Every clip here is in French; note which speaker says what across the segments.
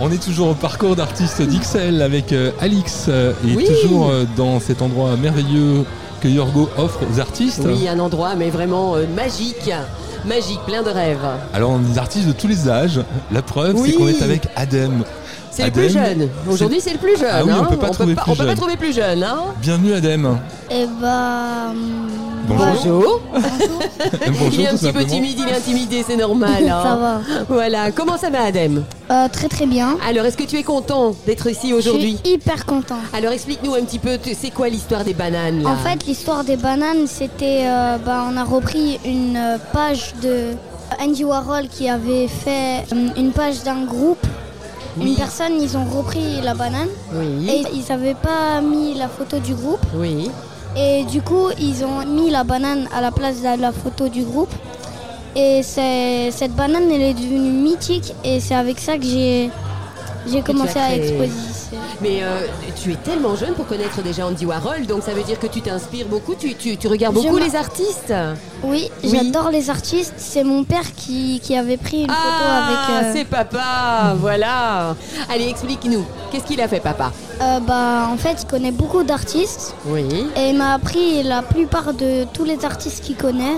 Speaker 1: On est toujours au parcours d'artiste d'Ixelles avec euh, Alix euh, et
Speaker 2: Oui.
Speaker 1: toujours euh, dans cet endroit merveilleux que Yorgo offre aux artistes.
Speaker 2: Oui, un endroit, mais vraiment euh, magique. Magique, plein de rêves.
Speaker 1: Alors on est des artistes de tous les âges. La preuve
Speaker 2: Oui.
Speaker 1: c'est qu'on est avec Adem.
Speaker 2: C'est le plus
Speaker 1: Adem,
Speaker 2: jeune. Aujourd'hui, c'est le plus jeune.
Speaker 1: Ah oui, on
Speaker 2: hein.
Speaker 1: peut pas trouver plus
Speaker 2: on peut pas
Speaker 1: jeune.
Speaker 2: trouver plus jeune. hein.
Speaker 1: Bienvenue Adem.
Speaker 3: Eh bah. hum,
Speaker 1: Bonjour.
Speaker 3: voilà.
Speaker 2: Bonjour. il est un
Speaker 1: tout
Speaker 2: petit peu
Speaker 1: simplement.
Speaker 2: timide, il est intimidé, c'est normal. hein.
Speaker 3: Ça va.
Speaker 2: Voilà. Comment ça va, Adem
Speaker 3: Euh, très très bien.
Speaker 2: Alors, est-ce que tu es content d'être ici
Speaker 3: Je
Speaker 2: aujourd'hui
Speaker 3: suis hyper content.
Speaker 2: Alors, explique-nous un petit peu, tu- c'est quoi l'histoire des bananes là
Speaker 3: En fait, l'histoire des bananes, c'était. euh, bah, on a repris une euh, page de Andy Warhol qui avait fait hum, une page d'un groupe.
Speaker 2: Oui.
Speaker 3: Une personne, ils ont repris la banane et
Speaker 2: Oui.
Speaker 3: ils n'avaient pas mis la photo du groupe.
Speaker 2: Oui.
Speaker 3: Et du coup, ils ont mis la banane à la place de la photo du groupe. Et c'est- cette banane, elle est devenue mythique. Et c'est avec ça que j'ai j'ai commencé à
Speaker 2: créé.
Speaker 3: exposer.
Speaker 2: Mais euh, tu es tellement jeune pour connaître déjà Andy Warhol, donc ça veut dire que tu t'inspires beaucoup, tu, tu- tu regardes
Speaker 3: Je
Speaker 2: beaucoup
Speaker 3: m'a-
Speaker 2: les artistes.
Speaker 3: Oui,
Speaker 2: Oui.
Speaker 3: j'adore les artistes. C'est mon père qui, qui avait pris une photo
Speaker 2: Ah,
Speaker 3: avec. euh,
Speaker 2: c'est papa, voilà. Allez, explique-nous, qu'est-ce qu'il a fait, papa
Speaker 3: euh, bah, en fait, il connaît beaucoup d'artistes.
Speaker 2: Oui.
Speaker 3: Et il m'a appris la plupart de tous les artistes qu'il connaît.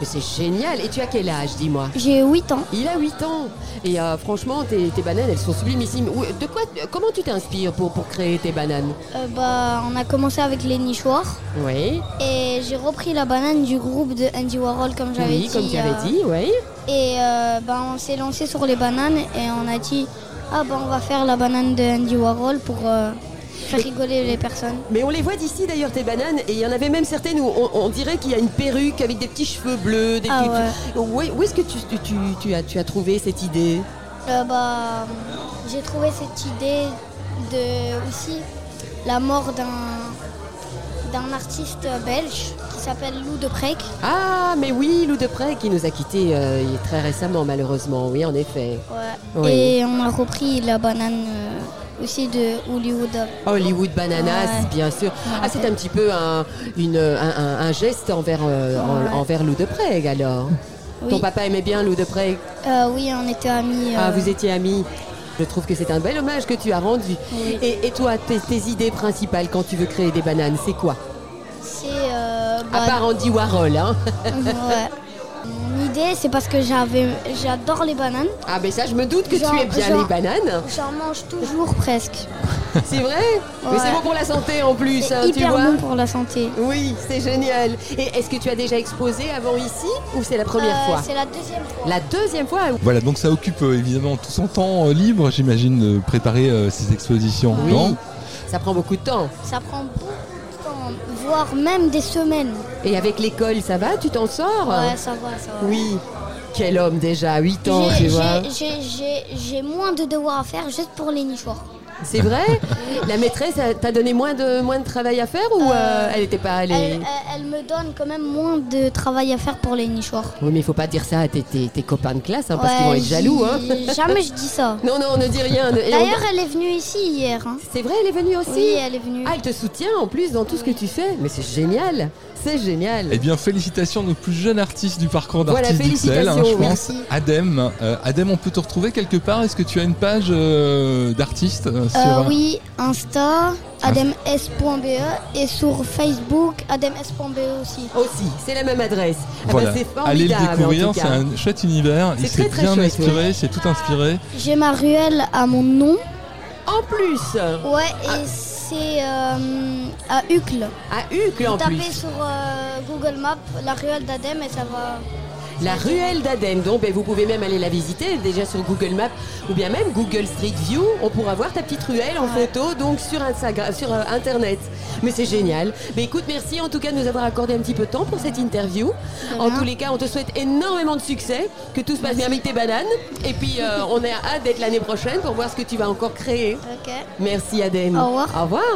Speaker 2: Mais c'est génial. Et tu as quel âge, dis-moi
Speaker 3: J'ai 8 ans.
Speaker 2: Il a 8 ans. Et euh, franchement, tes, tes bananes, elles sont sublimissimes. Où- De quoi, comment tu t'inspires pour, pour créer tes bananes
Speaker 3: Euh, bah, on a commencé avec les nichoirs.
Speaker 2: Oui.
Speaker 3: Et j'ai repris la banane du groupe de Andy Warhol, comme j'avais
Speaker 2: Oui, hein.
Speaker 3: dit.
Speaker 2: comme tu avais
Speaker 3: euh,
Speaker 2: dit, oui.
Speaker 3: Et euh, ben, on s'est lancé sur les bananes et on a dit ah ben on va faire la banane de Andy Warhol pour euh, faire rigoler les personnes.
Speaker 2: Mais on les voit d'ici d'ailleurs tes bananes et il y en avait même certaines où on, on dirait qu'il y a une perruque avec des petits cheveux bleus. Des
Speaker 3: Ah
Speaker 2: petits- Où, est- où est-ce que tu, tu- tu- tu as, tu as trouvé cette idée
Speaker 3: Euh, bah, j'ai trouvé cette idée de aussi la mort d'un d'un artiste belge qui s'appelle Lou de Preek.
Speaker 2: Ah mais oui, Lou Depré qui nous a quittés euh, il- très récemment malheureusement, oui en effet. Oui.
Speaker 3: Et on a repris la banane euh, aussi de Hollywood.
Speaker 2: Hollywood Bananas,
Speaker 3: Ouais.
Speaker 2: bien sûr. Ah c'est
Speaker 3: ouais.
Speaker 2: un petit peu un, une- un- un- un geste envers, euh, en-
Speaker 3: Ouais.
Speaker 2: envers Lou Depré alors.
Speaker 3: Oui.
Speaker 2: Ton papa aimait bien Lou Depré.
Speaker 3: Euh, oui, on était amis.
Speaker 2: Ah
Speaker 3: euh,
Speaker 2: vous étiez amis. Je trouve que c'est un bel hommage que tu as rendu.
Speaker 3: Oui.
Speaker 2: Et, et toi, tes- tes idées principales quand tu veux créer des bananes, c'est quoi
Speaker 3: C'est euh,
Speaker 2: À
Speaker 3: bah,
Speaker 2: part Andy Warhol, hein.
Speaker 3: Ouais. Mon idée, c'est parce que j'avais, j'adore les bananes.
Speaker 2: Ah, mais ça, je me doute que
Speaker 3: Genre-
Speaker 2: tu aimes bien
Speaker 3: genre-
Speaker 2: les bananes.
Speaker 3: J'en mange toujours presque.
Speaker 2: C'est vrai Mais c'est
Speaker 3: Ouais.
Speaker 2: bon pour la santé en plus,
Speaker 3: C'est
Speaker 2: hein, tu
Speaker 3: hyper
Speaker 2: vois.
Speaker 3: bon pour la santé.
Speaker 2: Oui, c'est génial. Et est-ce que tu as déjà exposé avant ici ou c'est la première
Speaker 3: Euh,
Speaker 2: fois
Speaker 3: C'est la deuxième fois.
Speaker 2: La deuxième fois
Speaker 1: Voilà donc ça occupe euh, évidemment tout son temps euh, libre j'imagine de préparer euh, ces expositions.
Speaker 2: Oui.
Speaker 1: Non
Speaker 2: Ça prend beaucoup de temps.
Speaker 3: Ça prend beaucoup de temps, voire même des semaines.
Speaker 2: Et avec l'école, ça va Tu t'en sors
Speaker 3: Ouais, ça va, ça va.
Speaker 2: Oui. Quel homme déjà, 8 ans,
Speaker 3: J'ai-
Speaker 2: tu vois.
Speaker 3: j'ai- j'ai- j'ai- J'ai moins de devoirs à faire juste pour les nichoirs.
Speaker 2: C'est vrai La maîtresse elle t'a donné moins de, moins de travail à faire ou
Speaker 3: Euh,
Speaker 2: euh, elle n'était pas allée
Speaker 3: Elle, elle- elle me donne quand même moins de travail à faire pour les nichoirs.
Speaker 2: Oui, mais il faut pas dire ça à tes, tes- tes copains de classe hein, parce qu'ils vont être jaloux. Hein.
Speaker 3: Jamais je dis ça.
Speaker 2: Non, non, ne dis rien. ne- et on-
Speaker 3: D'ailleurs, elle est venue ici hier. hein.
Speaker 2: C'est vrai, elle est venue aussi
Speaker 3: Oui, elle est venue. Euh,
Speaker 2: Ah, elle te soutient en plus dans tout ce que tu fais. Mais c'est génial. C'est génial.
Speaker 1: Eh bien, félicitations nos plus jeunes artistes du parcours
Speaker 2: Voilà,
Speaker 1: d'artistes d'Ixelles, hein, je
Speaker 2: félicitations,
Speaker 1: pense.
Speaker 3: merci.
Speaker 1: Adem, euh, Adem, on peut te retrouver quelque part Est-ce que tu as une page euh, d'artiste euh, sur
Speaker 3: Euh,
Speaker 1: euh,
Speaker 3: oui,
Speaker 2: Ah,
Speaker 3: Insta, adems.be E et sur Facebook, adems.be E aussi.
Speaker 2: Aussi, c'est la même adresse. Ah bah,
Speaker 1: Voilà.
Speaker 2: c'est
Speaker 1: Allez
Speaker 2: formidable.
Speaker 1: le
Speaker 2: en
Speaker 1: découvrir,
Speaker 2: tout
Speaker 1: c'est
Speaker 2: cas.
Speaker 1: un chouette univers. Il
Speaker 2: C'est
Speaker 1: s'est
Speaker 2: très, très
Speaker 1: bien
Speaker 2: chouette,
Speaker 1: inspiré, c'est tout inspiré.
Speaker 3: J'ai ma ruelle à mon nom. Ah.
Speaker 2: En plus,
Speaker 3: Ouais, et c'est euh, à Uccle.
Speaker 2: à Uccle en
Speaker 3: Tapez
Speaker 2: plus,
Speaker 3: sur euh, Google Maps la ruelle d'Adem et ça va.
Speaker 2: la ruelle d'Aden. Donc, ben, vous pouvez même aller la visiter déjà sur Google Maps ou bien même Google Street View. On pourra voir ta petite ruelle en photo donc sur, Instagram, sur euh, Internet. Mais c'est génial. Mais écoute, merci en tout cas de nous avoir accordé un petit peu de temps pour cette interview. En tous les cas, on te souhaite énormément de succès, que tout se passe bien avec tes bananes. Et puis, euh, on est hâte d'être l'année prochaine pour voir ce que tu vas encore créer.
Speaker 3: Ok.
Speaker 2: Merci Aden.
Speaker 3: Au revoir.
Speaker 2: Au revoir.